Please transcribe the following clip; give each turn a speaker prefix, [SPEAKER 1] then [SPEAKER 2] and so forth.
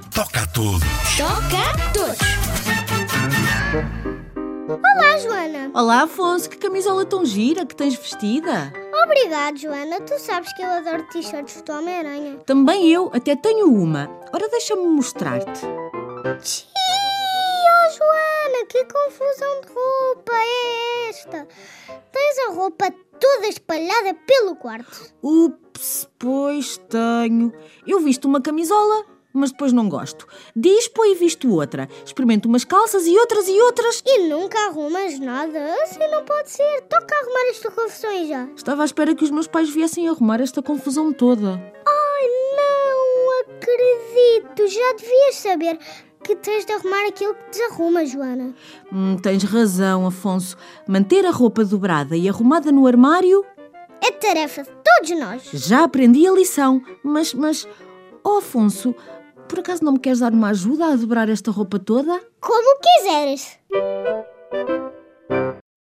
[SPEAKER 1] tudo.
[SPEAKER 2] Toca a todos! Olá, Joana!
[SPEAKER 3] Olá, Afonso, que camisola tão gira que tens vestida.
[SPEAKER 2] Obrigado, Joana. Tu sabes que eu adoro t-shirts do Homem-Aranha.
[SPEAKER 3] Também eu, até tenho uma. Ora, deixa-me mostrar-te.
[SPEAKER 2] Tchii! Oh, Joana, que confusão de roupa é esta? Tens a roupa toda espalhada pelo quarto.
[SPEAKER 3] Ups, pois tenho. Eu visto uma camisola, mas depois não gosto. Dispo e visto outra. Experimento umas calças e outras e outras.
[SPEAKER 2] E nunca arrumas nada. Assim não pode ser. Toca arrumar as tuas confusões já.
[SPEAKER 3] Estava à espera que os meus pais viessem arrumar esta confusão toda.
[SPEAKER 2] Ai, não acredito! Já devias saber que tens de arrumar aquilo que desarruma, Joana.
[SPEAKER 3] Hum, tens razão, Afonso. Manter a roupa dobrada e arrumada no armário
[SPEAKER 2] É tarefa de todos nós.
[SPEAKER 3] Já aprendi a lição, mas, mas, oh Afonso, por acaso não me queres dar uma ajuda a dobrar esta roupa toda?
[SPEAKER 2] Como quiseres.